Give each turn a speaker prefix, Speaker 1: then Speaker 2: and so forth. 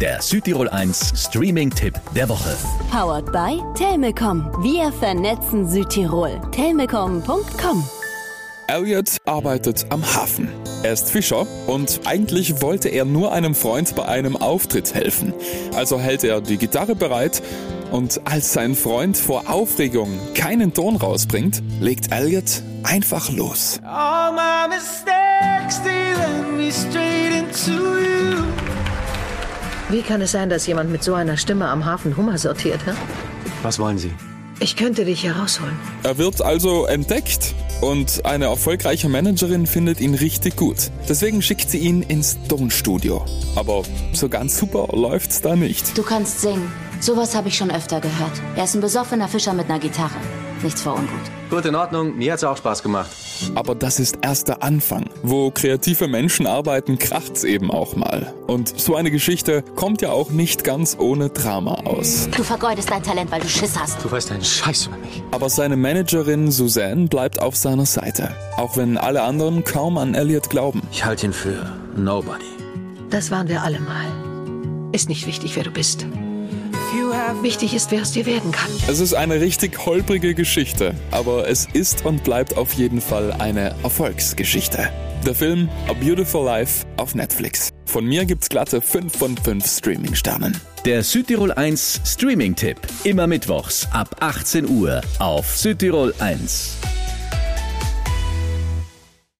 Speaker 1: Der Südtirol 1 Streaming-Tipp der Woche.
Speaker 2: Powered by Telmecom. Wir vernetzen Südtirol. Telmecom.com
Speaker 3: Elliot arbeitet am Hafen. Er ist Fischer und eigentlich wollte er nur einem Freund bei einem Auftritt helfen. Also hält er die Gitarre bereit und als sein Freund vor Aufregung keinen Ton rausbringt, legt Elliot einfach los.
Speaker 4: All my mistakes, they led me straight into you.
Speaker 5: Wie kann es sein, dass jemand mit so einer Stimme am Hafen Hummer sortiert? Hä?
Speaker 6: Was wollen Sie?
Speaker 5: Ich könnte dich herausholen.
Speaker 3: Er wird also entdeckt und eine erfolgreiche Managerin findet ihn richtig gut. Deswegen schickt sie ihn ins Tonstudio. Aber so ganz super läuft's da nicht.
Speaker 7: Du kannst singen. Sowas habe ich schon öfter gehört. Er ist ein besoffener Fischer mit einer Gitarre. Nichts vor ungut.
Speaker 6: Gut, in Ordnung. Mir hat's auch Spaß gemacht.
Speaker 3: Aber das ist erst der Anfang. Wo kreative Menschen arbeiten, kracht's eben auch mal. Und so eine Geschichte kommt ja auch nicht ganz ohne Drama aus.
Speaker 7: Du vergeudest dein Talent, weil du Schiss hast.
Speaker 6: Du weißt einen Scheiß über mich.
Speaker 3: Aber seine Managerin Suzanne bleibt auf seiner Seite. Auch wenn alle anderen kaum an Elliot glauben.
Speaker 6: Ich halte ihn für Nobody.
Speaker 5: Das waren wir alle mal. Ist nicht wichtig, wer du bist. Wichtig ist, wer es dir werden kann.
Speaker 3: Es ist eine richtig holprige Geschichte, aber es ist und bleibt auf jeden Fall eine Erfolgsgeschichte. Der Film A Beautiful Life auf Netflix. Von mir gibt's glatte 5 von 5 Streaming-Sternen.
Speaker 1: Der Südtirol 1 Streaming-Tipp. Immer mittwochs ab 18 Uhr auf Südtirol 1.